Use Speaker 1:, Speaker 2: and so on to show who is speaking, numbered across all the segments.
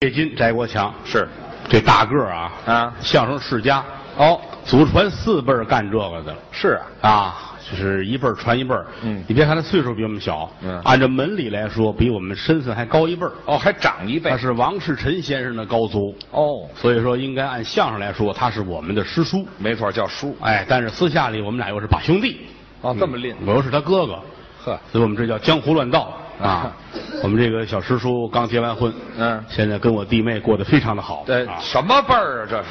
Speaker 1: 叶金翟国强
Speaker 2: 是
Speaker 1: 这大个儿啊，
Speaker 2: 啊
Speaker 1: 相声世家，
Speaker 2: 哦，
Speaker 1: 祖传四辈儿干这个的了
Speaker 2: 是啊，
Speaker 1: 啊，就是一辈儿传一辈儿。
Speaker 2: 嗯
Speaker 1: 你别看他岁数比我们小，
Speaker 2: 嗯
Speaker 1: 按照门里来说，比我们身份还高一辈儿。
Speaker 2: 哦，还长一辈
Speaker 1: 他是王世臣先生的高祖，
Speaker 2: 哦，
Speaker 1: 所以说应该按相声来说，他是我们的师叔。
Speaker 2: 没错，叫叔
Speaker 1: 哎，但是私下里我们俩又是把兄弟，
Speaker 2: 哦，这么吝，
Speaker 1: 我又是他哥哥，
Speaker 2: 呵，
Speaker 1: 所以我们这叫江湖乱道啊
Speaker 2: 啊。
Speaker 1: 我们这个小师叔刚结完婚，
Speaker 2: 嗯
Speaker 1: 现在跟我弟妹过得非常的好，
Speaker 2: 这
Speaker 1: 啊
Speaker 2: 呃什么辈儿啊？这是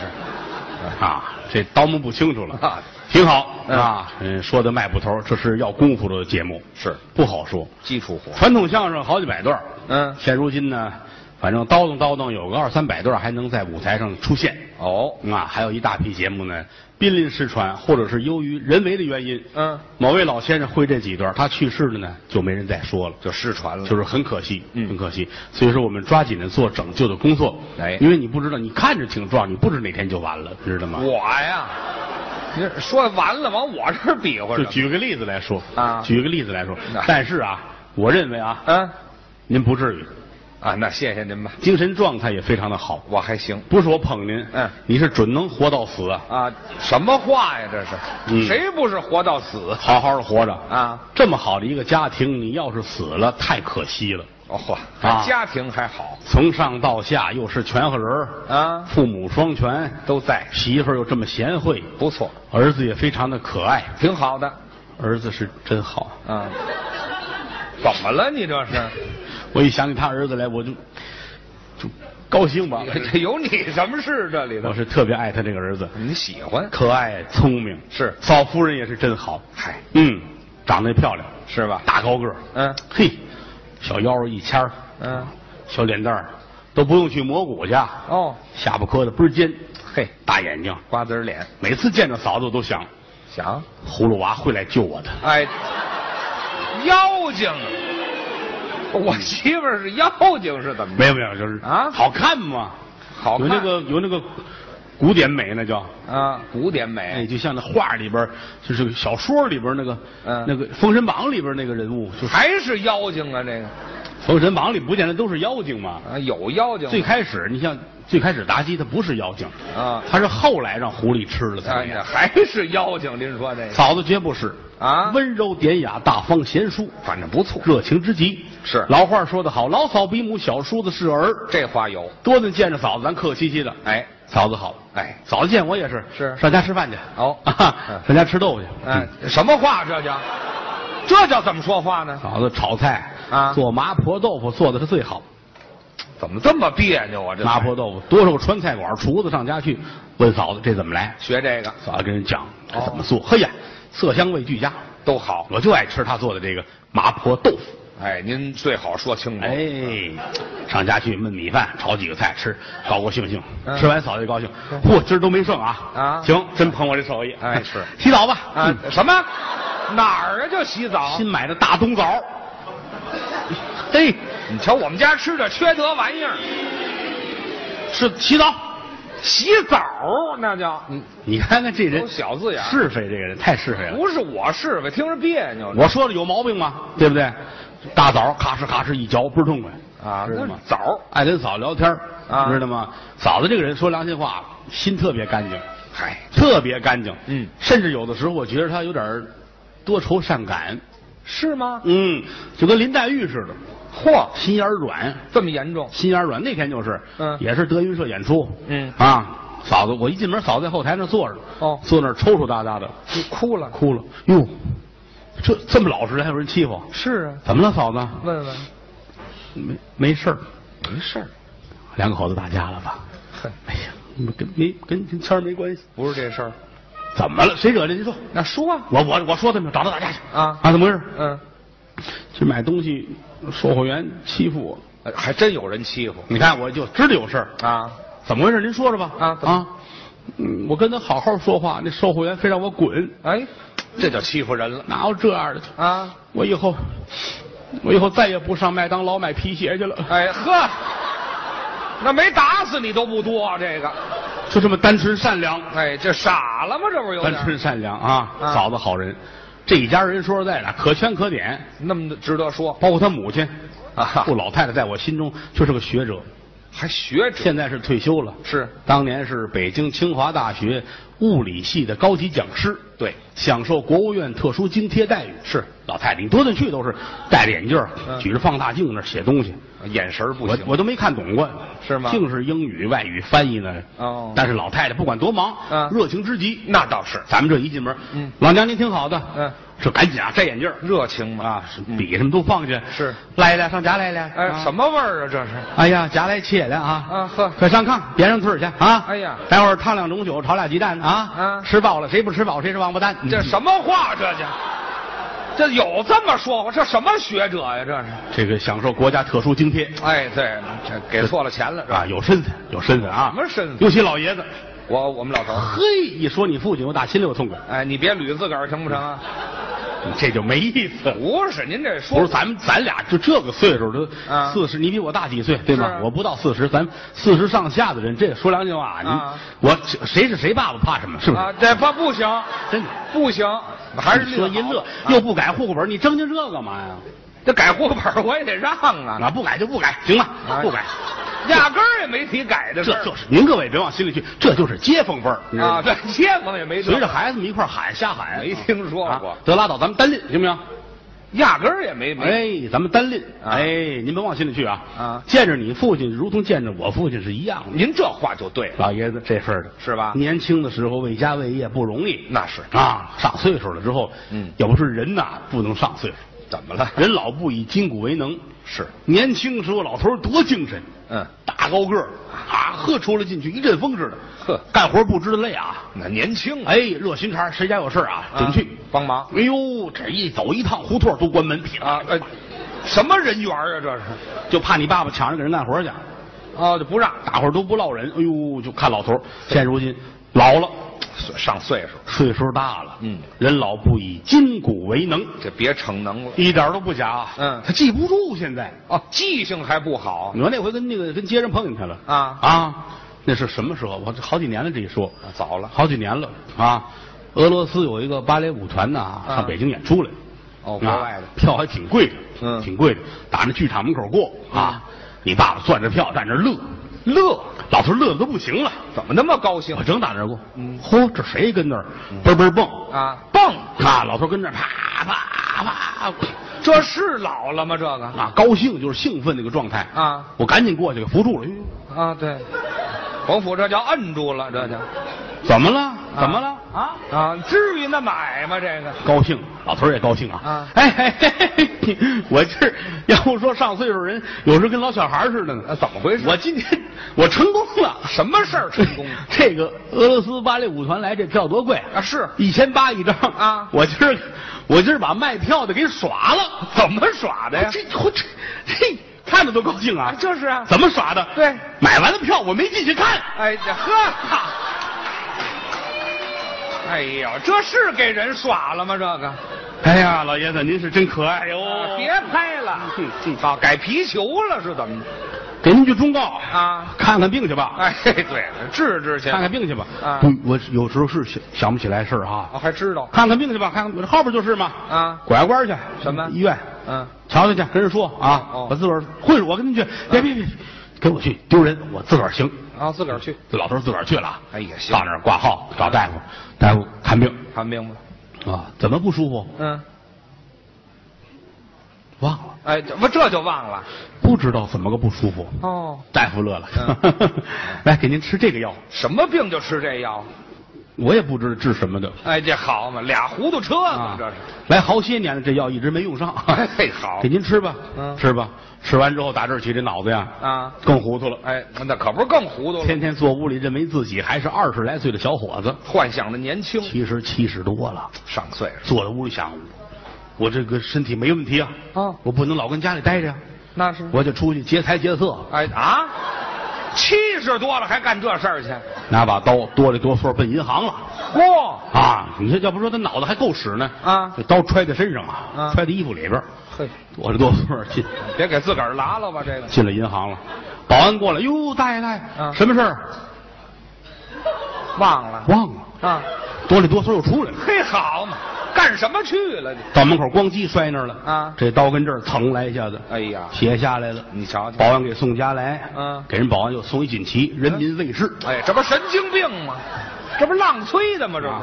Speaker 1: 啊，这刀目不清楚了，
Speaker 2: 啊
Speaker 1: 挺好
Speaker 2: 嗯
Speaker 1: 啊。嗯，说的迈步头，这是要功夫的节目，
Speaker 2: 是
Speaker 1: 不好说。
Speaker 2: 基础活，
Speaker 1: 传统相声好几百段儿，
Speaker 2: 嗯，
Speaker 1: 现如今呢，反正叨叨叨叨有个二三百段儿还能在舞台上出现。
Speaker 2: 哦，
Speaker 1: 啊，还有一大批节目呢，濒临失传，或者是由于人为的原因，
Speaker 2: 嗯，
Speaker 1: 某位老先生会这几段儿，他去世了呢，就没人再说了。
Speaker 2: 就失传了，
Speaker 1: 就是很可惜，
Speaker 2: 嗯
Speaker 1: 很可惜。所以说，我们抓紧的做拯救的工作，
Speaker 2: 哎
Speaker 1: 因为你不知道，你看着挺壮，你不知哪天就完了，知道吗？
Speaker 2: 我呀，你这说完了往我这儿比划
Speaker 1: 就
Speaker 2: 什么
Speaker 1: 举个例子来说
Speaker 2: 啊
Speaker 1: 举个例子来说
Speaker 2: 那，
Speaker 1: 但是啊，我认为啊，
Speaker 2: 嗯
Speaker 1: 您不至于，
Speaker 2: 啊，那谢谢您吧，
Speaker 1: 精神状态也非常的好，
Speaker 2: 我还行
Speaker 1: 不是我捧您，
Speaker 2: 嗯
Speaker 1: 你是准能活到死啊，
Speaker 2: 啊，什么话呀？这是、
Speaker 1: 嗯
Speaker 2: 谁不是活到死
Speaker 1: 好好的活着
Speaker 2: 啊？
Speaker 1: 这么好的一个家庭，你要是死了，太可惜了。
Speaker 2: 哦，嚯
Speaker 1: 啊
Speaker 2: 家庭还好
Speaker 1: 从上到下又是全和人儿
Speaker 2: 啊
Speaker 1: 父母双全，
Speaker 2: 都在，
Speaker 1: 媳妇儿又这么贤惠，
Speaker 2: 不错，
Speaker 1: 儿子也非常的可爱，
Speaker 2: 挺好的
Speaker 1: 儿子是真好。
Speaker 2: 啊。 怎么了？你这是？
Speaker 1: 我一想起他儿子来，我就就高兴吧。
Speaker 2: 这有你什么事？这里头
Speaker 1: 我是特别爱他这个儿子，
Speaker 2: 你喜欢？
Speaker 1: 可爱聪明，
Speaker 2: 是
Speaker 1: 嫂夫人也是真好，
Speaker 2: 嗨，
Speaker 1: 嗯，长得也漂亮，
Speaker 2: 是吧？
Speaker 1: 大高个儿，
Speaker 2: 嗯
Speaker 1: 嘿，小腰儿一掐儿，
Speaker 2: 嗯，
Speaker 1: 小脸蛋儿都不用去磨骨去，啊
Speaker 2: 哦，
Speaker 1: 下巴磕的倍儿尖，
Speaker 2: 嘿，
Speaker 1: 大眼睛，
Speaker 2: 瓜子脸，
Speaker 1: 每次见着嫂子我都想，
Speaker 2: 想，
Speaker 1: 葫芦娃会来救我的。
Speaker 2: 哎， 妖精，啊我媳妇儿是妖精是怎么着？
Speaker 1: 没有没有，就是
Speaker 2: 啊
Speaker 1: 好看嘛，
Speaker 2: 好看
Speaker 1: 有那个有那个古典美那叫。
Speaker 2: 啊，古典
Speaker 1: 哎，
Speaker 2: 美，
Speaker 1: 就像那画里边儿，就是小说里边儿那个，
Speaker 2: 嗯
Speaker 1: 那个《封神榜》里边儿那个人物，就是《
Speaker 2: 还是妖精啊？这个
Speaker 1: 封神榜》里不见得都是妖精嘛。
Speaker 2: 啊，有妖精吗，
Speaker 1: 最开始，你像最开始妲己她不是妖精，
Speaker 2: 啊
Speaker 1: 她是后来让狐狸吃了才
Speaker 2: 哎
Speaker 1: 变的。
Speaker 2: 呀，还是妖精。您说这个
Speaker 1: 嫂子绝不是
Speaker 2: 啊
Speaker 1: 温柔典雅，大方贤淑，
Speaker 2: 反正不错，
Speaker 1: 热情之极。
Speaker 2: 是
Speaker 1: 老话说得好，老嫂比母，小叔子是儿。
Speaker 2: 这话有，
Speaker 1: 多咱见着嫂子，咱客客气气的。
Speaker 2: 哎
Speaker 1: 嫂子好，
Speaker 2: 哎，
Speaker 1: 嫂子见我也是，
Speaker 2: 是
Speaker 1: 上家吃饭去。
Speaker 2: 哦
Speaker 1: 啊
Speaker 2: 嗯
Speaker 1: 上家吃豆腐去。
Speaker 2: 哎，什么话这叫？这叫怎么说话呢？
Speaker 1: 嫂子炒菜
Speaker 2: 啊
Speaker 1: 做麻婆豆腐做的是最好。
Speaker 2: 怎么这么别扭啊？这
Speaker 1: 麻婆豆腐多少个川菜馆厨子上家去问嫂子这怎么来，
Speaker 2: 学这个
Speaker 1: 嫂子跟人讲
Speaker 2: 哦
Speaker 1: 这怎么做。嘿呀，色香味俱佳，
Speaker 2: 都好。
Speaker 1: 我就爱吃他做的这个麻婆豆腐。
Speaker 2: 哎，您最好说清楚。
Speaker 1: 哎，上家去焖米饭，炒几个菜吃，高高兴兴。
Speaker 2: 嗯
Speaker 1: 吃完嫂子就高兴，嚯，今儿都没剩啊！
Speaker 2: 啊
Speaker 1: 行，真捧我这手艺。
Speaker 2: 哎是
Speaker 1: 洗澡吧。
Speaker 2: 啊
Speaker 1: 嗯，
Speaker 2: 什么？哪儿啊？就洗澡
Speaker 1: 新？买的大冬枣。哎嘿，
Speaker 2: 你瞧我们家吃的缺德玩意儿，
Speaker 1: 是洗澡。
Speaker 2: 洗澡儿那叫
Speaker 1: 你看看这人
Speaker 2: 都，小字眼儿
Speaker 1: 是非这个人太是非了。
Speaker 2: 不是我是非，听着别扭
Speaker 1: 我说的有毛病吗？对不对？大枣咔哧咔哧一嚼，倍儿痛快。
Speaker 2: 啊，
Speaker 1: 知道
Speaker 2: 那
Speaker 1: 吗
Speaker 2: 是枣儿。
Speaker 1: 爱跟嫂子聊天儿
Speaker 2: 啊
Speaker 1: 知道吗？嫂子这个人说良心话，心特别干净，
Speaker 2: 嗨，
Speaker 1: 特别干净。
Speaker 2: 嗯
Speaker 1: 甚至有的时候我觉得她有点儿多愁善感。
Speaker 2: 是吗？
Speaker 1: 嗯，就跟林黛玉似的，
Speaker 2: 嚯，
Speaker 1: 心眼儿软，
Speaker 2: 这么严重？
Speaker 1: 心眼儿软。那天就是，
Speaker 2: 嗯
Speaker 1: 也是德云社演出，
Speaker 2: 嗯
Speaker 1: 啊，嫂子，我一进门，嫂子在后台那坐着，
Speaker 2: 哦
Speaker 1: 坐那儿抽抽搭搭的，
Speaker 2: 你哭了？
Speaker 1: 哭了，哟，这这么老实人还有人欺负？
Speaker 2: 是啊，
Speaker 1: 怎么了，嫂子？
Speaker 2: 问问，
Speaker 1: 没没事儿，
Speaker 2: 没事儿，
Speaker 1: 两口子打架了吧？
Speaker 2: 哼，
Speaker 1: 哎呀，跟没跟跟谦儿没关系。
Speaker 2: 不是这事儿。
Speaker 1: 怎么了？谁惹的？您说。
Speaker 2: 那说啊
Speaker 1: 我我我说他们找他打架去
Speaker 2: 啊
Speaker 1: 啊？怎么回事？
Speaker 2: 嗯，
Speaker 1: 去买东西，售货员欺负我。
Speaker 2: 呃还真有人欺负
Speaker 1: 你看，我就知道有事儿。
Speaker 2: 啊。
Speaker 1: 怎么回事？您说说吧。
Speaker 2: 啊怎么
Speaker 1: 啊，嗯，我跟他好好说话，那售货员非让我滚，
Speaker 2: 哎，这叫欺负人了
Speaker 1: 哪有这样的？
Speaker 2: 啊！
Speaker 1: 我以后，我以后再也不上麦当劳买皮鞋去了。
Speaker 2: 哎呵，那没打死你都不多啊这个。
Speaker 1: 就这么单纯善良，
Speaker 2: 哎，这傻了吗？这不是有
Speaker 1: 单
Speaker 2: 点
Speaker 1: 纯
Speaker 2: 儿
Speaker 1: 善良啊，
Speaker 2: 啊
Speaker 1: 嫂子好人。这一家人说实在的，可圈可点，
Speaker 2: 那么的值得说
Speaker 1: 包括他母亲
Speaker 2: 啊
Speaker 1: 顾老太太，在我心中就是个学者，
Speaker 2: 还学者
Speaker 1: 现在是退休了，
Speaker 2: 是
Speaker 1: 当年是北京清华大学物理系的高级讲师，
Speaker 2: 对，
Speaker 1: 享受国务院特殊津贴待遇。
Speaker 2: 是
Speaker 1: 老太太，你多顿去都是戴着眼镜儿，
Speaker 2: 嗯
Speaker 1: 举着放大镜那儿写东西，
Speaker 2: 眼神儿不
Speaker 1: 我
Speaker 2: 行，
Speaker 1: 我都没看懂过，
Speaker 2: 是吗
Speaker 1: 净是英语、外语翻译呢。
Speaker 2: 哦
Speaker 1: 但是老太太不管多忙，
Speaker 2: 嗯
Speaker 1: 热情之极。
Speaker 2: 那倒是
Speaker 1: 咱们这一进门，
Speaker 2: 嗯
Speaker 1: 老娘您挺好的，
Speaker 2: 嗯，
Speaker 1: 这赶紧啊摘眼镜儿
Speaker 2: 热情嘛
Speaker 1: 啊，是笔什么都放下，
Speaker 2: 是
Speaker 1: 来一来上夹来一来，
Speaker 2: 哎，
Speaker 1: 啊
Speaker 2: 什么味儿啊？这是？
Speaker 1: 哎呀，夹来切来啊！
Speaker 2: 啊呵
Speaker 1: 快上炕，别上刺儿去啊！
Speaker 2: 哎呀
Speaker 1: 待会儿烫两盅酒，炒俩鸡蛋啊！
Speaker 2: 啊
Speaker 1: 吃饱了谁不吃饱谁是王八蛋。
Speaker 2: 这什
Speaker 1: 么？
Speaker 2: 么话？这叫这有这么说话？这什么学者呀？这是？
Speaker 1: 这个享受国家特殊津贴
Speaker 2: 哎，对了，这给错了钱了是 吧？
Speaker 1: 啊，有身份，有身份啊！
Speaker 2: 什么身份
Speaker 1: 尤其老爷子，
Speaker 2: 我我们老头儿，
Speaker 1: 嘿，一说你父亲，我打心里我痛快，
Speaker 2: 哎，你别捋自个儿行不成啊？
Speaker 1: 这就没意思了。
Speaker 2: 不是，您这说
Speaker 1: 不是咱们，咱俩就这个岁数都
Speaker 2: 啊
Speaker 1: 四十，你比我大几岁，对
Speaker 2: 是
Speaker 1: 吧
Speaker 2: 啊？
Speaker 1: 我不到四十，咱四十上下的人，这说良心话，
Speaker 2: 啊
Speaker 1: 你我谁是谁爸爸，怕什么？是不是
Speaker 2: 啊？，这不不行，
Speaker 1: 真的。
Speaker 2: 不行，还是
Speaker 1: 你说
Speaker 2: 好
Speaker 1: 一乐，
Speaker 2: 啊
Speaker 1: 又不改户口本，你争经这干嘛呀？
Speaker 2: 这改户口本儿我也得让啊，
Speaker 1: 啊，不改就不改，行
Speaker 2: 啊
Speaker 1: 了，不改。
Speaker 2: 压根儿也没提改的
Speaker 1: 这
Speaker 2: 事儿
Speaker 1: 这是您各位别往心里去，这就是街坊味儿你知道
Speaker 2: 啊，
Speaker 1: 吗
Speaker 2: 这 街坊也没
Speaker 1: 嗯
Speaker 2: 这
Speaker 1: 随着孩子们一块儿喊瞎喊，
Speaker 2: 没听说过
Speaker 1: 啊得拉倒，咱们单拎行不行？
Speaker 2: 压根儿也没没
Speaker 1: 哎，咱们单拎。
Speaker 2: 啊
Speaker 1: 哎，您别往心里去啊。
Speaker 2: 啊
Speaker 1: 见着你父亲，如同见着我父亲是一样的。
Speaker 2: 您这话就对了，
Speaker 1: 老爷子这份儿的
Speaker 2: 是吧
Speaker 1: 年轻的时候为家为业不容易，
Speaker 2: 那是
Speaker 1: 啊，上岁数了之后，
Speaker 2: 嗯
Speaker 1: 要不是人呐不能上岁数，
Speaker 2: 怎么了？
Speaker 1: 人老不以筋骨为能。
Speaker 2: 是，
Speaker 1: 年轻时候老头儿多精神，
Speaker 2: 嗯，
Speaker 1: 大高个儿啊，呵出了进去一阵风似的，
Speaker 2: 呵
Speaker 1: 干活不知累啊，
Speaker 2: 那年轻啊
Speaker 1: 哎，热心肠，谁家有事儿啊，准去。
Speaker 2: 帮忙
Speaker 1: 哎呦，这一走一趟胡同都关门，
Speaker 2: 啊
Speaker 1: 啪，
Speaker 2: 哎，什么人缘啊？这是
Speaker 1: 就怕你爸爸抢着给人干活去，
Speaker 2: 啊，就不让
Speaker 1: 大伙儿都不落人。哎呦，就看老头儿，现如今老了，
Speaker 2: 上岁数，
Speaker 1: 岁数大了，
Speaker 2: 嗯，
Speaker 1: 人老不以筋骨为能，
Speaker 2: 这别逞能了
Speaker 1: 一点儿都不假啊。
Speaker 2: 嗯
Speaker 1: 他记不住现在。
Speaker 2: 哦，记性还不好
Speaker 1: 啊你说那回跟那个跟街上碰见他了
Speaker 2: 啊
Speaker 1: 啊，那是什么时候？我好几年了，这一说
Speaker 2: 啊早了
Speaker 1: 好几年了啊。俄罗斯有一个芭蕾舞团呐，
Speaker 2: 啊
Speaker 1: 上北京演出来，
Speaker 2: 哦，国
Speaker 1: 啊
Speaker 2: 外的
Speaker 1: 票还挺贵的，
Speaker 2: 嗯
Speaker 1: 挺贵的，打那剧场门口过啊，你爸爸攥着票在那儿乐，乐，老头乐的都不行了，
Speaker 2: 怎么那么高兴
Speaker 1: 我正打那儿过，
Speaker 2: 嗯
Speaker 1: 嚯，这谁跟那儿嘣嘣蹦
Speaker 2: 啊？
Speaker 1: 蹦啊，老头跟那儿啪啪啪。
Speaker 2: 这是老了吗？这个
Speaker 1: 啊，高兴就是兴奋那个状态
Speaker 2: 啊！
Speaker 1: 我赶紧过去给扶住了。哎呦
Speaker 2: 啊，对，甭府这叫摁住了，这叫
Speaker 1: 怎么了？怎么了？啊？
Speaker 2: 啊，至于那么矮吗？这个
Speaker 1: 高兴，老头儿也高兴啊！
Speaker 2: 啊
Speaker 1: 哎哎嘿嘿嘿，我这儿要不说上岁数人，有时候跟老小孩儿似的呢。
Speaker 2: 啊怎么回事
Speaker 1: 我今天我成功了，
Speaker 2: 什么事儿成功了
Speaker 1: 这个俄罗斯芭蕾舞团来这票多贵
Speaker 2: 啊？是
Speaker 1: 一千八一张
Speaker 2: 啊
Speaker 1: 我今儿我今儿把卖票的给耍了，
Speaker 2: 怎么耍的呀
Speaker 1: 这我这这看着都高兴啊！
Speaker 2: 就是啊
Speaker 1: 怎么耍的？
Speaker 2: 对
Speaker 1: 买完了票我没进去看。
Speaker 2: 哎呀呵，哎呦，这是给人耍了吗？这个、
Speaker 1: 哎呀，老爷子您是真可爱哟！嗯
Speaker 2: 啊别拍了，
Speaker 1: 哼哼
Speaker 2: 啊，改皮球了是怎么着？
Speaker 1: 给您句忠告
Speaker 2: 啊
Speaker 1: 看看病去吧。
Speaker 2: 哎，对，治治去，
Speaker 1: 看看病去吧。
Speaker 2: 啊
Speaker 1: 不，我有时候是想想不起来事儿哈
Speaker 2: 啊，。还知道
Speaker 1: 看看病去吧，看看我这后边就是嘛。
Speaker 2: 啊
Speaker 1: 拐个弯去
Speaker 2: 什么
Speaker 1: 医院？
Speaker 2: 嗯，
Speaker 1: 瞧瞧去，跟人说啊
Speaker 2: 哦哦，
Speaker 1: 我自个儿会了，我跟您去。别别别，跟我去，丢人，我自个儿行。
Speaker 2: 啊，自个儿去
Speaker 1: 这老头儿自个儿去了啊，
Speaker 2: 哎也行
Speaker 1: 到那儿挂号找大夫，大夫看病
Speaker 2: 看病吧。
Speaker 1: 啊，怎么不舒服？
Speaker 2: 嗯，
Speaker 1: 忘了，
Speaker 2: 哎，这不这就忘了
Speaker 1: 不知道怎么个不舒服。
Speaker 2: 哦。
Speaker 1: 大夫乐了
Speaker 2: 嗯，
Speaker 1: 来给您吃这个药，
Speaker 2: 什么病就吃这药？
Speaker 1: 我也不知道治什么的。
Speaker 2: 哎，这好嘛，俩糊涂车
Speaker 1: 啊
Speaker 2: 呢，这是。
Speaker 1: 来好些年了，这药一直没用上。
Speaker 2: 哎好
Speaker 1: 给您吃吧，
Speaker 2: 嗯
Speaker 1: 吃吧。吃完之后，打这儿起这脑子呀，
Speaker 2: 啊
Speaker 1: 更糊涂了。
Speaker 2: 哎，那可不是更糊涂了？
Speaker 1: 天天坐屋里，认为自己还是二十来岁的小伙子，
Speaker 2: 幻想的年轻，
Speaker 1: 其实七十多了。
Speaker 2: 上岁数。
Speaker 1: 坐在屋里想，我这个身体没问题啊，
Speaker 2: 哦
Speaker 1: 我不能老跟家里待着呀，啊
Speaker 2: 那是
Speaker 1: 我就出去劫财劫色，
Speaker 2: 哎啊，七十多了还干这事儿去？
Speaker 1: 拿把刀哆里哆嗦奔银行了。
Speaker 2: 嚯，
Speaker 1: 啊，你说要不说他脑子还够使呢？
Speaker 2: 啊
Speaker 1: 这刀揣在身上啊，
Speaker 2: 啊
Speaker 1: 揣在衣服里边儿，
Speaker 2: 嘿，
Speaker 1: 哆里哆嗦进
Speaker 2: 别给自个儿拉了吧，这个
Speaker 1: 进了银行了，保安过来，哟，大爷大爷，
Speaker 2: 啊
Speaker 1: 什么事儿？
Speaker 2: 忘了
Speaker 1: 忘了，
Speaker 2: 啊？
Speaker 1: 哆里哆嗦又出来了。
Speaker 2: 嘿，好嘛，干什么去了？你
Speaker 1: 到门口咣叽摔那儿了
Speaker 2: 啊
Speaker 1: 这刀跟这儿蹭来一下子，
Speaker 2: 哎呀
Speaker 1: 血下来了。
Speaker 2: 你瞧瞧
Speaker 1: 保安给送家来，
Speaker 2: 嗯
Speaker 1: 给人保安又送一锦旗，人民卫士。
Speaker 2: 哎，这不神经病吗？这不浪催的吗？这不
Speaker 1: 啊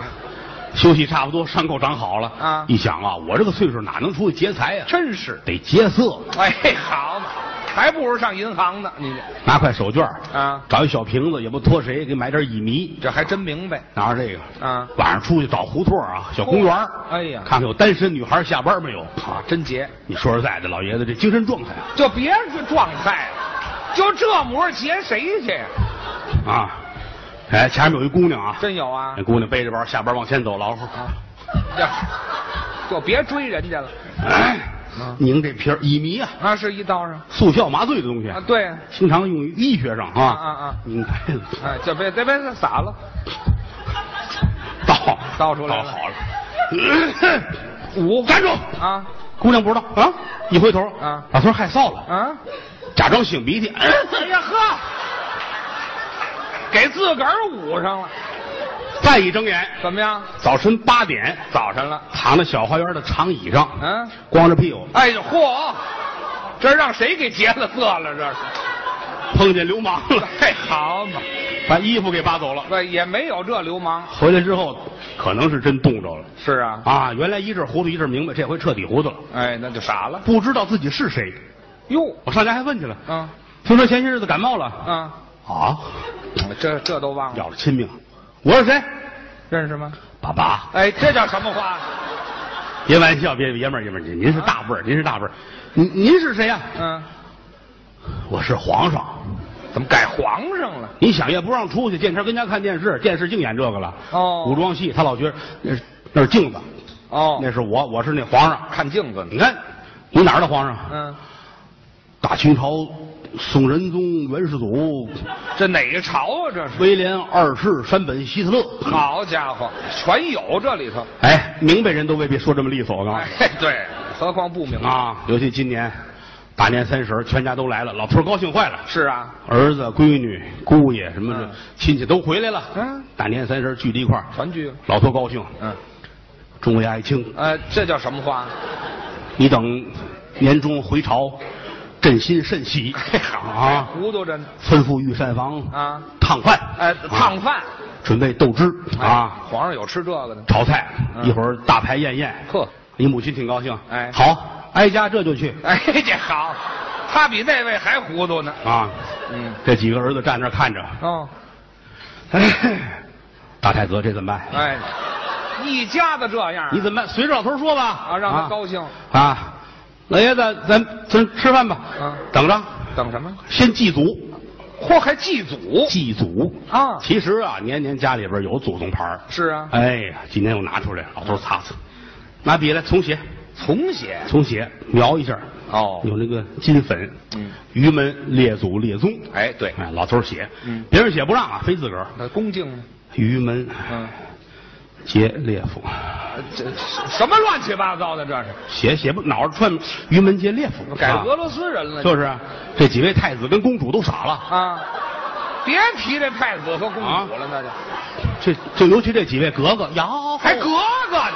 Speaker 2: 是，
Speaker 1: 休息差不多，伤口长好了
Speaker 2: 啊
Speaker 1: 一想啊，我这个岁数哪能出去劫财呀？啊
Speaker 2: 真是。
Speaker 1: 得劫色，
Speaker 2: 哎，好嘛，还不如上银行呢。你这
Speaker 1: 拿块手绢儿
Speaker 2: 啊
Speaker 1: 找一小瓶子，也不托谁，给买点乙醚，
Speaker 2: 这还真明白
Speaker 1: 拿着这个
Speaker 2: 啊
Speaker 1: 晚上出去找胡同啊，小公园儿
Speaker 2: 嚯哎呀
Speaker 1: 看看有单身女孩下班没有
Speaker 2: 啊
Speaker 1: 啊！，
Speaker 2: 真结。
Speaker 1: 你说实在的，老爷子这精神状态啊
Speaker 2: 就别去状态了，就这模儿劫谁去呀？
Speaker 1: 啊，哎，前面有一姑娘啊，
Speaker 2: 真有啊
Speaker 1: 那？姑娘背着包下班往前走，老虎，
Speaker 2: 啊，呀，就别追人家了。
Speaker 1: 哎
Speaker 2: 啊，
Speaker 1: 拧这瓶儿乙醚啊，
Speaker 2: 啊，是一道上
Speaker 1: 速效麻醉的东西
Speaker 2: 啊，，对啊，
Speaker 1: 经常用于医学上啊，
Speaker 2: 啊啊啊
Speaker 1: 拧开了，
Speaker 2: 哎，就别别别撒了，
Speaker 1: 倒
Speaker 2: 倒出来
Speaker 1: 倒
Speaker 2: 了
Speaker 1: 好了， 五站住
Speaker 2: 啊！
Speaker 1: 姑娘不知道啊，一回头
Speaker 2: 啊
Speaker 1: 老头儿害臊了，
Speaker 2: 啊！
Speaker 1: 假装擤鼻涕，
Speaker 2: 哎呀呵，给自个儿捂上了，
Speaker 1: 再一睁眼，
Speaker 2: 怎么样？
Speaker 1: 早晨八点，
Speaker 2: 早晨了，
Speaker 1: 躺在小花园的长椅上，
Speaker 2: 嗯，
Speaker 1: 光着屁股，
Speaker 2: 哎呀嚯，这让谁给劫了色了？这是，
Speaker 1: 碰见流氓了，
Speaker 2: 哎，好嘛，
Speaker 1: 把衣服给扒走了。
Speaker 2: 不也没有这流氓。
Speaker 1: 回来之后，可能是真冻着了
Speaker 2: 是啊，
Speaker 1: 啊！原来一阵糊涂一阵明白，这回彻底糊涂了，
Speaker 2: 哎，那就傻了。
Speaker 1: 不知道自己是谁。
Speaker 2: 哟，
Speaker 1: 我上家还问去了，
Speaker 2: 啊
Speaker 1: 听说前些日子感冒了
Speaker 2: 啊，
Speaker 1: 啊，
Speaker 2: 这这都忘了，
Speaker 1: 要了亲命。我是谁？
Speaker 2: 认识吗？
Speaker 1: 爸爸。
Speaker 2: 哎，这叫什么话？
Speaker 1: 别玩笑，别爷们儿爷们儿，您您是大辈儿，您是大辈儿，您您是谁呀、
Speaker 2: 嗯，
Speaker 1: 我是皇上。
Speaker 2: 怎么改皇上了？
Speaker 1: 你想也不让出去，见天跟家看电视，电视净演这个了。
Speaker 2: 哦
Speaker 1: 古装戏，他老觉得那是那是镜子，
Speaker 2: 哦
Speaker 1: 那是我，我是那皇上。
Speaker 2: 看镜子
Speaker 1: 你
Speaker 2: 呢。
Speaker 1: 看，你哪儿的皇上？
Speaker 2: 嗯，
Speaker 1: 大清朝宋仁宗元世祖
Speaker 2: 这哪个朝啊？这是？
Speaker 1: 威廉二世山本希特勒。
Speaker 2: 好家伙，全有这里头。
Speaker 1: 哎，明白人都未必说这么利索，我告诉
Speaker 2: 哎
Speaker 1: 你、，
Speaker 2: 对，何况不明白。
Speaker 1: 啊，尤其今年大年三十儿，全家都来了，老头儿高兴坏了。
Speaker 2: 是啊，
Speaker 1: 儿子、闺女、姑爷什么的、
Speaker 2: 嗯
Speaker 1: 亲戚都回来了。
Speaker 2: 嗯，
Speaker 1: 大年三十儿聚在一块儿，
Speaker 2: 全聚了。
Speaker 1: 老头儿高兴，
Speaker 2: 嗯，
Speaker 1: 众位爱卿，
Speaker 2: 呃，这叫什么话？
Speaker 1: 你等年终回朝，朕心甚 喜。啊，
Speaker 2: 哎糊涂着呢。
Speaker 1: 吩咐御膳房
Speaker 2: 啊
Speaker 1: 烫饭，
Speaker 2: 哎，烫饭
Speaker 1: 啊，准备豆汁
Speaker 2: 哎
Speaker 1: 啊，
Speaker 2: 皇上有吃这个的。
Speaker 1: 炒菜，
Speaker 2: 嗯
Speaker 1: 一会儿大排宴宴。
Speaker 2: 呵，
Speaker 1: 你母亲挺高兴。
Speaker 2: 哎
Speaker 1: 好，哀家这就去
Speaker 2: 哎，这好，他比那位还糊涂呢。
Speaker 1: 啊。
Speaker 2: 嗯，
Speaker 1: 这几个儿子站那儿看着，
Speaker 2: 哦，
Speaker 1: 哎，大太子这怎么办？
Speaker 2: 哎，一家子这样啊，
Speaker 1: 你怎么办？随着老头说吧。
Speaker 2: 啊让他高兴
Speaker 1: 啊。老爷子，咱咱吃饭吧。
Speaker 2: 嗯
Speaker 1: 等着，
Speaker 2: 等什么？
Speaker 1: 先祭祖，
Speaker 2: 嚯，还祭祖
Speaker 1: 祭祖
Speaker 2: 啊
Speaker 1: 其实啊，年年家里边有祖宗牌儿
Speaker 2: 是啊，
Speaker 1: 哎呀，今天又拿出来，老头擦擦，拿笔来重写，
Speaker 2: 从写
Speaker 1: 重写，描一下。
Speaker 2: 哦
Speaker 1: 有那个金粉，
Speaker 2: 嗯，
Speaker 1: 于门列祖列宗。
Speaker 2: 哎对
Speaker 1: 哎，老头写，
Speaker 2: 嗯
Speaker 1: 别人写不让啊，非自个儿。
Speaker 2: 那恭敬呢？
Speaker 1: 于门，
Speaker 2: 嗯，
Speaker 1: 杰列夫，
Speaker 2: 呃这什么乱七八糟的这是？
Speaker 1: 写写不脑子串于门杰列夫，
Speaker 2: 改
Speaker 1: 啊
Speaker 2: 俄罗斯人了
Speaker 1: 就是啊这几位太子跟公主都傻了，
Speaker 2: 啊！别提这太子和公主了，那就
Speaker 1: 这就尤其这几位格格，呀，
Speaker 2: 还格格呢，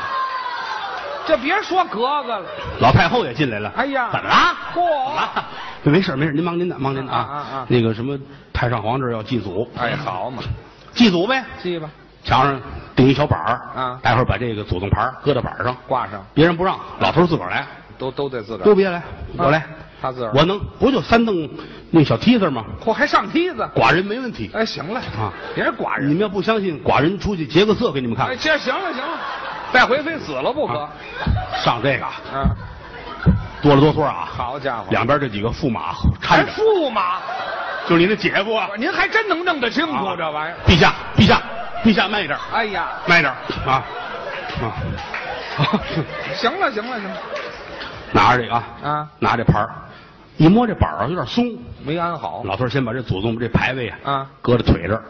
Speaker 2: 这别说格格了，
Speaker 1: 老太后也进来了。
Speaker 2: 哎呀
Speaker 1: 怎么了？
Speaker 2: 嚯
Speaker 1: 啊没事没事，您忙您的，忙您的
Speaker 2: 啊啊
Speaker 1: 啊
Speaker 2: 啊。
Speaker 1: 那个什么，太上皇这儿要祭祖，
Speaker 2: 哎，好嘛，
Speaker 1: 祭祖呗。
Speaker 2: 记吧，
Speaker 1: 墙上钉一小板儿，
Speaker 2: 啊
Speaker 1: 待会儿把这个祖宗牌儿搁到板儿上，
Speaker 2: 挂上
Speaker 1: 别人不让，老头儿自个儿来，
Speaker 2: 都都得自个
Speaker 1: 都
Speaker 2: 儿，
Speaker 1: 别来，我来，
Speaker 2: 啊他自个儿
Speaker 1: 我能，不就三蹬那小梯子吗？
Speaker 2: 嚯，还上梯子，
Speaker 1: 寡人没问题。
Speaker 2: 哎，行了
Speaker 1: 啊
Speaker 2: 别寡
Speaker 1: 你
Speaker 2: 人，
Speaker 1: 们要不相信，寡人出去劫个色给你们看
Speaker 2: 哎，。这行了行了，再回非死了不可，
Speaker 1: 啊上这个啊
Speaker 2: 嗯，
Speaker 1: 哆了哆嗦 啊，
Speaker 2: 好家伙，
Speaker 1: 两边这几个驸马
Speaker 2: 还
Speaker 1: 搀着，
Speaker 2: 驸马，
Speaker 1: 就是您的姐夫啊。
Speaker 2: 您还真能弄得清楚
Speaker 1: 啊
Speaker 2: 哎这玩意儿，
Speaker 1: 陛下，陛下，陛下慢一点，
Speaker 2: 哎呀，
Speaker 1: 慢一点啊啊！
Speaker 2: 行了行了行了，
Speaker 1: 拿着这个啊，
Speaker 2: 啊
Speaker 1: 拿这牌儿，一摸这板儿啊有点松。
Speaker 2: 没安好，
Speaker 1: 老头儿先把这祖宗这牌位
Speaker 2: 啊
Speaker 1: 搁在腿这儿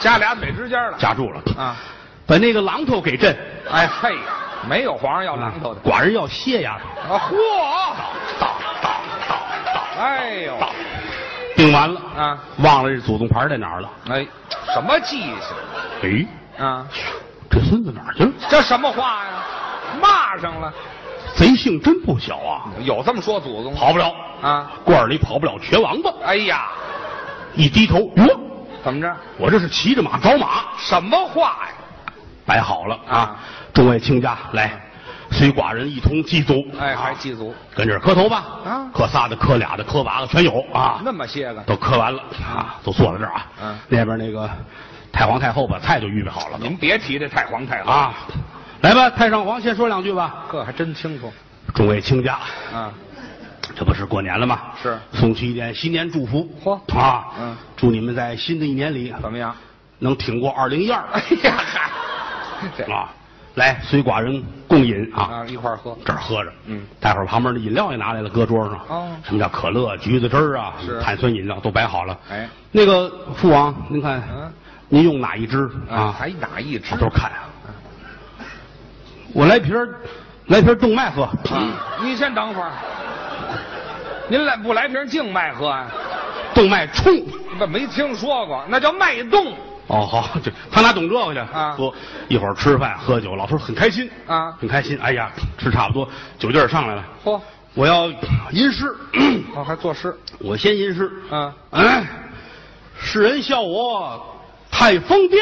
Speaker 2: 夹俩腿之间了，
Speaker 1: 夹住了，
Speaker 2: 啊，
Speaker 1: 把那个榔头给朕。
Speaker 2: 哎嘿，没有皇上要哦榔头的。
Speaker 1: 寡人要歇呀，
Speaker 2: 啊，嚯！
Speaker 1: 当当当当
Speaker 2: 哎呦，
Speaker 1: 当，定完了
Speaker 2: 啊，
Speaker 1: 忘了这祖宗牌在哪儿了。
Speaker 2: 哎，什么记性
Speaker 1: 哎，
Speaker 2: 啊？
Speaker 1: 这孙孙子哪儿去了？
Speaker 2: 这什么话呀？骂上了，
Speaker 1: 贼性真不小啊，
Speaker 2: 有这么说祖宗？
Speaker 1: 跑不了
Speaker 2: 啊！
Speaker 1: 罐儿里跑不了瘸王八。
Speaker 2: 哎呀，
Speaker 1: 一低头，哟，
Speaker 2: 怎么着？
Speaker 1: 我这是骑着马找马，
Speaker 2: 什么话呀？
Speaker 1: 摆好了啊
Speaker 2: 啊！
Speaker 1: 众位卿家来，随寡人一同祭祖。
Speaker 2: 哎，还
Speaker 1: 啊
Speaker 2: 祭祖，
Speaker 1: 跟这儿磕头吧。
Speaker 2: 啊
Speaker 1: 磕仨的、磕俩的、磕八个全有啊。
Speaker 2: 那么些个，
Speaker 1: 都磕完了啊，都坐在这儿啊。
Speaker 2: 嗯
Speaker 1: 那边那个太皇太后把菜都预备好了都
Speaker 2: 您别提这太皇太后，
Speaker 1: 啊。来吧，太上皇先说两句吧。
Speaker 2: 这还真清楚
Speaker 1: 众位卿家，
Speaker 2: 啊。
Speaker 1: 这不是过年了吗？
Speaker 2: 是
Speaker 1: 送去一点新年祝福。
Speaker 2: 嚯
Speaker 1: 啊，
Speaker 2: 嗯，
Speaker 1: 祝你们在新的一年里
Speaker 2: 怎么样？
Speaker 1: 能挺过二零一二
Speaker 2: 哎呀，嗨，这
Speaker 1: 啊！来，随寡人共饮啊，
Speaker 2: 啊一块儿喝，
Speaker 1: 这儿喝着。
Speaker 2: 嗯，
Speaker 1: 待会儿旁边的饮料也拿来了，搁桌上。
Speaker 2: 哦
Speaker 1: 什么叫可乐、橘子汁儿啊？
Speaker 2: 是
Speaker 1: 碳酸饮料都摆好了。
Speaker 2: 哎，
Speaker 1: 那个父王，您看
Speaker 2: 嗯，
Speaker 1: 您用哪一支
Speaker 2: 啊，
Speaker 1: 啊？
Speaker 2: 还哪一支
Speaker 1: 我？都看啊。我来瓶儿，来瓶儿动脉喝。
Speaker 2: 啊，您先等会儿，您来不来瓶静脉喝啊？
Speaker 1: 动脉冲。
Speaker 2: 不没听说过，那叫脉动
Speaker 1: 哦，好，这他哪懂这个去？
Speaker 2: 啊
Speaker 1: 喝一会儿吃饭喝酒，老头儿很开心
Speaker 2: 啊
Speaker 1: 很开心。哎呀，吃差不多，酒劲儿上来了，
Speaker 2: 嚯，
Speaker 1: 我要吟诗，
Speaker 2: 哦，还作诗，
Speaker 1: 我先吟诗。
Speaker 2: 啊，
Speaker 1: 嗯，世人笑我太疯癫，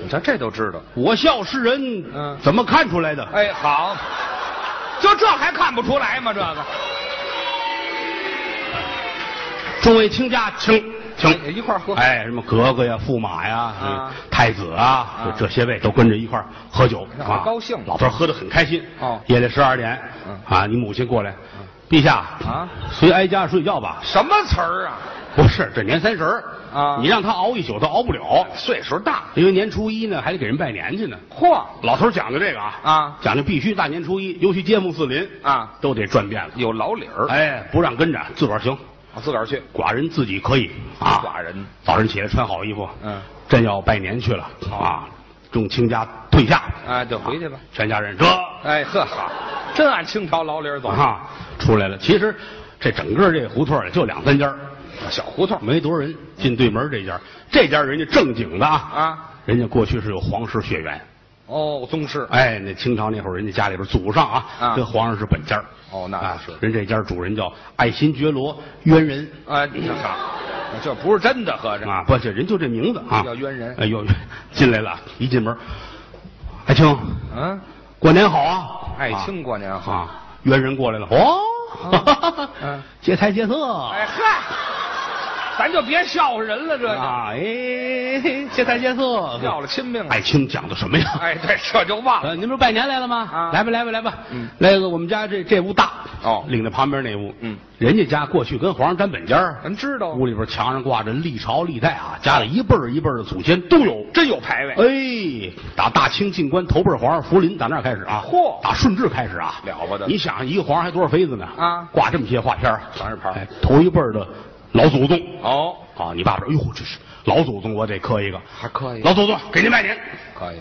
Speaker 2: 你瞧这都知道。
Speaker 1: 我笑世人，
Speaker 2: 嗯
Speaker 1: 怎么看出来的？
Speaker 2: 哎，好，就这还看不出来吗？这个，
Speaker 1: 众位卿家，请
Speaker 2: 哎
Speaker 1: 请
Speaker 2: 一块儿喝
Speaker 1: 哎，什么格格呀、驸马呀、
Speaker 2: 啊
Speaker 1: 嗯太子啊，
Speaker 2: 啊
Speaker 1: 这这些位都跟着一块儿喝酒
Speaker 2: 那
Speaker 1: 啊，
Speaker 2: 高兴
Speaker 1: 老头儿喝得很开心。
Speaker 2: 哦
Speaker 1: 夜里十二点
Speaker 2: 嗯，
Speaker 1: 啊，你母亲过来，陛下
Speaker 2: 啊，
Speaker 1: 随哀家睡觉吧。
Speaker 2: 什么词儿啊？
Speaker 1: 不是，这年三十儿
Speaker 2: 啊哎
Speaker 1: 你让他熬一宿，他熬不了，
Speaker 2: 岁数大，
Speaker 1: 因为年初一呢还得给人拜年去呢。
Speaker 2: 嚯
Speaker 1: 老头儿讲究这个啊，
Speaker 2: 啊
Speaker 1: 讲究必须大年初一，尤其街坊四邻
Speaker 2: 啊，
Speaker 1: 都得转遍了。
Speaker 2: 有老理儿，
Speaker 1: 哎，不让跟着，自个儿行。
Speaker 2: 我自个儿去。
Speaker 1: 寡人自己可以啊。
Speaker 2: 寡人
Speaker 1: 早晨起来穿好衣服，
Speaker 2: 嗯，
Speaker 1: 朕要拜年去了啊。众卿家退下，
Speaker 2: 啊，就回去吧。
Speaker 1: 全家人这
Speaker 2: 哎呵，好，真按清朝老理儿走。
Speaker 1: 啊出来了。其实这整个这胡同儿也就两三家儿，
Speaker 2: 小胡同
Speaker 1: 没多少人。进对门这家，这家人家正经的啊，
Speaker 2: 啊，
Speaker 1: 人家过去是有皇室血缘，
Speaker 2: 哦，宗室，
Speaker 1: 哎，那清朝那会儿人家家里边祖上啊，
Speaker 2: 啊
Speaker 1: 跟皇上是本家儿
Speaker 2: 哦那
Speaker 1: 啊
Speaker 2: 是
Speaker 1: 人这家主人叫爱新觉罗渊人。
Speaker 2: 啊，这好，这不是真的，合着
Speaker 1: 啊，不，这人就这名字啊，
Speaker 2: 叫冤人
Speaker 1: 哎呦，进来了，一进门，爱卿，
Speaker 2: 嗯，
Speaker 1: 过年好啊！
Speaker 2: 爱卿过年好
Speaker 1: 啊，冤人过来了，哦，
Speaker 2: 啊 嗯
Speaker 1: 劫财劫色，
Speaker 2: 哎嗨，咱就别笑话人了，这就
Speaker 1: 啊，哎，劫财劫色，
Speaker 2: 要了亲命了
Speaker 1: 爱。卿讲的什么呀？
Speaker 2: 哎，对，这就忘了
Speaker 1: 呃，您不是拜年来了吗？
Speaker 2: 啊
Speaker 1: 来吧，来吧，来吧。
Speaker 2: 嗯
Speaker 1: 来个我们家这这屋大
Speaker 2: 哦
Speaker 1: 领着旁边那屋。
Speaker 2: 嗯，
Speaker 1: 人家家过去跟皇上沾本家儿
Speaker 2: 咱知道
Speaker 1: 屋里边墙上挂着历朝历代啊，家里一辈儿一辈儿的祖先都有。
Speaker 2: 真有排位。
Speaker 1: 哎，打大清进关头辈儿皇上福临，打那儿开始啊？
Speaker 2: 嚯
Speaker 1: 打顺治开始啊？
Speaker 2: 了不得
Speaker 1: 你想一个皇上还多少妃子呢？
Speaker 2: 啊
Speaker 1: 挂这么些画片儿
Speaker 2: 全是牌儿
Speaker 1: 哎头一辈儿的老祖宗。
Speaker 2: 哦，
Speaker 1: 啊，你爸爸说，哎呦，这是老祖宗，我得磕一个。
Speaker 2: 还可以，
Speaker 1: 老祖宗，给您拜年。
Speaker 2: 可以。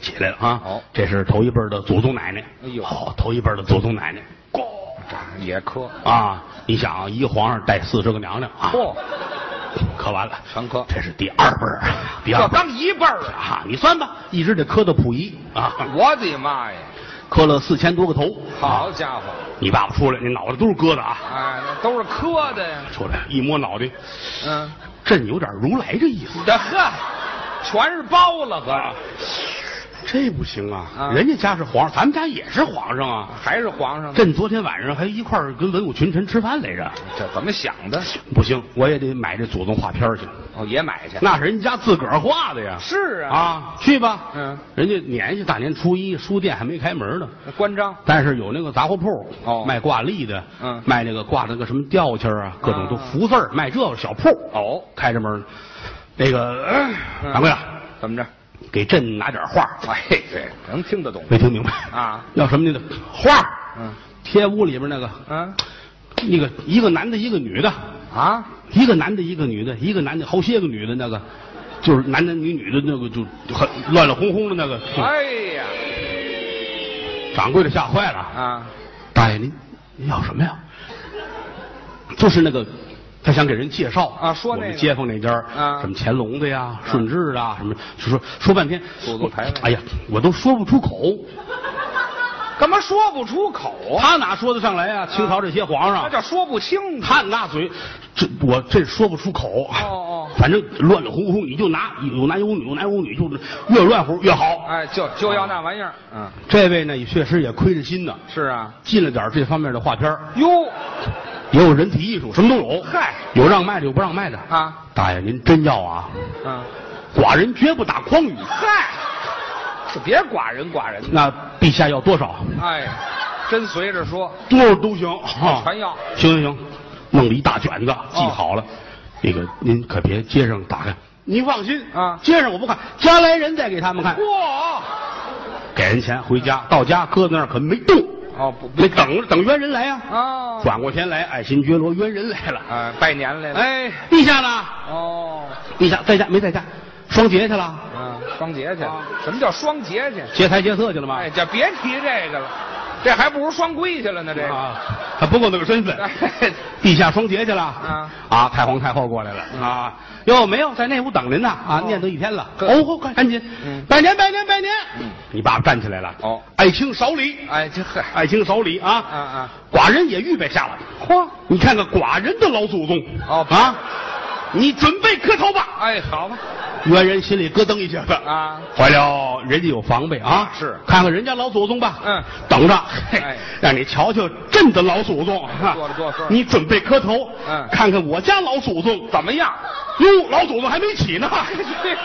Speaker 1: 起来了啊！
Speaker 2: 好
Speaker 1: 这是头一辈儿的祖宗奶奶。
Speaker 2: 哎呦
Speaker 1: 哦，头一辈儿的祖宗奶奶。咣
Speaker 2: 这也磕，
Speaker 1: 啊！你想啊，一个皇上带四十个娘娘啊，
Speaker 2: 嚯，
Speaker 1: 磕完了，
Speaker 2: 全磕
Speaker 1: 这是第二辈儿，第二
Speaker 2: 这
Speaker 1: 辈儿
Speaker 2: 刚一辈儿啊！
Speaker 1: 啊，你算吧，一直得磕到溥仪啊，
Speaker 2: 我的妈呀，
Speaker 1: 磕了四千多个头。
Speaker 2: 好
Speaker 1: 啊，
Speaker 2: 家伙，
Speaker 1: 你爸爸出来，你脑袋都是疙瘩啊！
Speaker 2: 哎，那都是磕的呀。
Speaker 1: 出来一摸脑袋，
Speaker 2: 嗯，
Speaker 1: 朕有点如来这意思，
Speaker 2: 这呵，全是包了，合
Speaker 1: 啊
Speaker 2: 着
Speaker 1: 这不行啊！
Speaker 2: 啊
Speaker 1: 人家家是皇上，咱们家也是皇上啊。
Speaker 2: 还是皇上呢？
Speaker 1: 朕昨天晚上还一块儿跟文武群臣吃饭来着。
Speaker 2: 这怎么想的？
Speaker 1: 不行，我也得买这祖宗画片儿去，
Speaker 2: 哦，也买去。
Speaker 1: 那是人家自个儿画的呀。
Speaker 2: 是啊，
Speaker 1: 啊，去吧。
Speaker 2: 嗯，
Speaker 1: 人家年下大年初一，书店还没开门呢，
Speaker 2: 那关张
Speaker 1: 但是有那个杂货铺，
Speaker 2: 哦
Speaker 1: 卖挂历的，
Speaker 2: 嗯
Speaker 1: 卖那个挂那个什么吊签儿啊，各种
Speaker 2: 啊
Speaker 1: 都福字儿，卖这个小铺，
Speaker 2: 哦，
Speaker 1: 开着门呢。那个呃
Speaker 2: 嗯
Speaker 1: 掌柜的，
Speaker 2: 怎么着？
Speaker 1: 给朕拿点画，
Speaker 2: 哎，对，能听得懂
Speaker 1: 没听明白
Speaker 2: 啊？
Speaker 1: 要什么您的画？
Speaker 2: 嗯，
Speaker 1: 贴屋里边那个，
Speaker 2: 嗯
Speaker 1: 那个一个男的，一个女的，
Speaker 2: 啊，
Speaker 1: 一个男的，一个女的，一个男的，好些个女的，那个就是男男女女的那个，就就很乱乱哄哄的那个。
Speaker 2: 哎呀
Speaker 1: 掌柜的吓坏了，
Speaker 2: 啊，
Speaker 1: 大爷您您要什么呀？就是那个他想给人介绍
Speaker 2: 啊说那个
Speaker 1: 我们街坊那家儿
Speaker 2: 啊
Speaker 1: 什么乾隆的呀、顺治的啊，什么就说说半天，
Speaker 2: 祖宗牌位
Speaker 1: 哎呀，我都说不出口，
Speaker 2: 干嘛说不出口啊？
Speaker 1: 他哪说得上来啊？清朝这些皇上
Speaker 2: 他，叫说不清楚。
Speaker 1: 汉大嘴，这我这说不出口。
Speaker 2: 哦哦
Speaker 1: 反正乱乱哄哄，你就拿有男有女，有男有女，就是越乱乎越好。
Speaker 2: 哎，就就要那玩意儿。嗯，
Speaker 1: 这位呢，也确实也亏着心呢，
Speaker 2: 是啊。
Speaker 1: 进了点儿这方面的画片儿
Speaker 2: 哟，
Speaker 1: 也有人体艺术，什么都有。
Speaker 2: 嗨
Speaker 1: 有让卖的，有不让卖的
Speaker 2: 啊！
Speaker 1: 大爷，您真要啊？
Speaker 2: 嗯，
Speaker 1: 寡人绝不打诳语。
Speaker 2: 嗨，就别寡人寡人的。
Speaker 1: 那陛下要多少？
Speaker 2: 哎，真随着说。
Speaker 1: 多少都行。哈
Speaker 2: 全要
Speaker 1: 行行行，弄了一大卷子，记好了。那个您可别接上打开。您放心
Speaker 2: 啊
Speaker 1: 接上我不看，家来人再给他们
Speaker 2: 哎
Speaker 1: 看。
Speaker 2: 嚯！
Speaker 1: 给人钱回家，到家搁在那儿可没动，
Speaker 2: 哦不不
Speaker 1: 得等着等冤人来呀、
Speaker 2: 啊，
Speaker 1: 转过天来，爱新觉罗冤人来了。
Speaker 2: 哎拜年来了。哎，
Speaker 1: 陛下呢？
Speaker 2: 哦，
Speaker 1: 陛下在家没在家？双节去了？
Speaker 2: 嗯，双节去
Speaker 1: 啊。
Speaker 2: 什么叫双节去？
Speaker 1: 劫财劫色去了吗？
Speaker 2: 哎，就别提这个了，这还不如双规去了呢。这个，
Speaker 1: 啊，还不够那个身份。
Speaker 2: 哎
Speaker 1: 陛下双节去了。
Speaker 2: 啊嗯
Speaker 1: 啊，太皇太后过来了啊。哟，没有，在那屋等您呢啊，念叨一天了。
Speaker 2: 呵
Speaker 1: 哦，吼赶赶紧
Speaker 2: 嗯，
Speaker 1: 拜年拜年拜年。你爸爸站起来了。
Speaker 2: 哦
Speaker 1: 爱卿少礼，
Speaker 2: 哎，这呵，
Speaker 1: 爱卿少礼
Speaker 2: 啊
Speaker 1: 啊。
Speaker 2: 啊，
Speaker 1: 寡人也预备下了。
Speaker 2: 嚯，
Speaker 1: 你看看寡人的老祖宗
Speaker 2: 哦
Speaker 1: 啊，你准备磕头吧。
Speaker 2: 哎，好吧，
Speaker 1: 元人心里咯噔一下子
Speaker 2: 啊，
Speaker 1: 怀了人家有防备啊，
Speaker 2: 是
Speaker 1: 看看人家老祖宗吧，
Speaker 2: 嗯，
Speaker 1: 等着，嘿
Speaker 2: 哎
Speaker 1: 让你瞧瞧朕的老祖宗，哈
Speaker 2: 坐着坐着
Speaker 1: 你准备磕头，
Speaker 2: 嗯
Speaker 1: 看看我家老祖宗
Speaker 2: 怎么样？
Speaker 1: 哟，老祖宗还没起呢，
Speaker 2: 这